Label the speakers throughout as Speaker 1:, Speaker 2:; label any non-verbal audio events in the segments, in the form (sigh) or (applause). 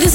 Speaker 1: this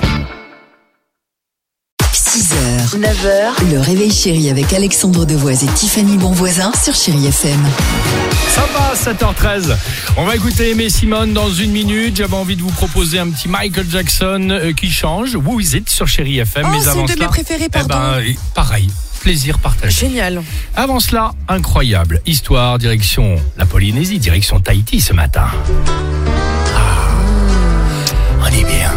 Speaker 2: 6h, 9h, le réveil chéri avec Alexandre Devoise et Tiffany Bonvoisin sur Chérie FM.
Speaker 3: Sympa, 7h13. On va écouter Aimé Simone dans une minute. J'avais envie de vous proposer un petit Michael Jackson euh, qui change. Who is it sur Chéri FM.
Speaker 4: Oh,
Speaker 3: mais
Speaker 4: c'est
Speaker 3: avant
Speaker 4: deux de
Speaker 3: cela,
Speaker 4: mes préférés,
Speaker 3: eh
Speaker 4: pardon.
Speaker 3: ben, et pareil, plaisir partagé.
Speaker 4: Génial.
Speaker 3: Avant cela, incroyable. Histoire, direction la Polynésie, direction Tahiti ce matin. Ah, on est bien.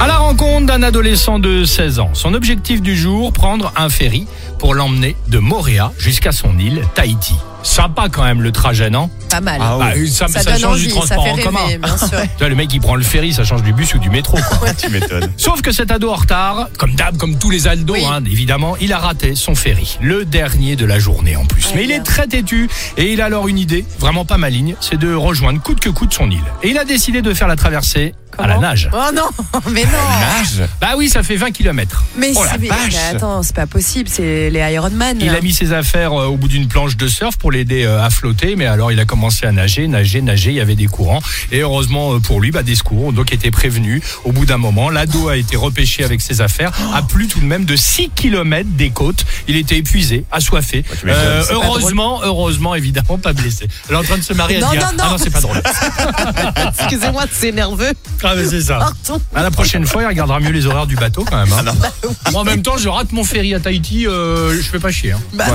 Speaker 3: À la rencontre d'un adolescent de 16 ans. Son objectif du jour, prendre un ferry pour l'emmener de Moréa jusqu'à son île, Tahiti. Sympa quand même le trajet, non
Speaker 4: Pas mal.
Speaker 5: Ah
Speaker 3: Bah, ça,
Speaker 4: Ça,
Speaker 3: ça
Speaker 4: donne
Speaker 3: change
Speaker 4: envie,
Speaker 3: du
Speaker 4: ça
Speaker 3: transport
Speaker 4: fait
Speaker 3: en
Speaker 4: rêver,
Speaker 3: commun.
Speaker 4: bien sûr.
Speaker 3: (laughs) Tu vois, le mec, il prend le ferry, ça change du bus ou du métro. quoi.
Speaker 5: (laughs) Tu m'étonnes.
Speaker 3: Sauf que cet ado en retard, comme d'hab, comme tous les aldos,
Speaker 4: Oui.
Speaker 3: hein, évidemment, il a raté son ferry. Le dernier de la journée en plus. Mais il est très têtu et il a alors une idée, vraiment pas maligne, c'est de rejoindre coûte que coûte son île. Et il a décidé de faire la traversée à la nage.
Speaker 4: Oh non, (laughs) mais non.
Speaker 5: Nage
Speaker 3: Bah oui, ça fait 20 km.
Speaker 4: Mais,
Speaker 3: Oh la
Speaker 4: c'est- mais
Speaker 5: vache.
Speaker 4: attends, c'est pas possible, c'est les Iron Man.
Speaker 3: Il
Speaker 4: là.
Speaker 3: a mis ses affaires euh, au bout d'une planche de surf pour l'aider euh, à flotter, mais alors il a commencé à nager, nager, nager, il y avait des courants, et heureusement euh, pour lui, bah, des secours ont donc été prévenus. Au bout d'un moment, l'ado a été repêché avec ses affaires, à plus tout de même de 6 km des côtes. Il était épuisé, assoiffé.
Speaker 5: Bah, tu m'étonnes.
Speaker 3: Euh,
Speaker 5: C'est
Speaker 3: heureusement, heureusement, évidemment, pas blessé. Elle est en train de se marier, elle
Speaker 4: Non,
Speaker 3: dit,
Speaker 4: non,
Speaker 3: ah,
Speaker 4: non.
Speaker 3: ah non, c'est pas drôle.
Speaker 4: (laughs) Excusez-moi, c'est nerveux.
Speaker 3: Ah, mais c'est ça.
Speaker 4: Pardon. Bah
Speaker 3: À la prochaine fois, il regardera mieux les horaires du bateau quand même. hein. Moi, en même temps, je rate mon ferry à Tahiti, euh, je fais pas chier. hein.
Speaker 4: Bah non,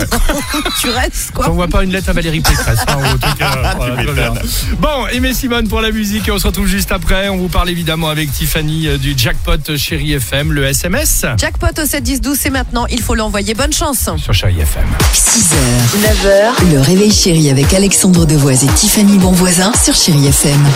Speaker 4: tu restes quoi.
Speaker 3: J'envoie pas une lettre à Valérie Pécresse. hein, ou au truc, (laughs) euh, voilà, très bien. bon, Aimé Simone pour la musique et on se retrouve juste après. On vous parle évidemment avec Tiffany euh, du jackpot Chéri FM, le SMS
Speaker 4: Jackpot au 7 10 12, c'est maintenant, il faut l'envoyer. Bonne chance.
Speaker 3: sur Chéri FM.
Speaker 2: 6h, 9h, le réveil chéri avec Alexandre Devoise et Tiffany Bonvoisin sur Chérie FM.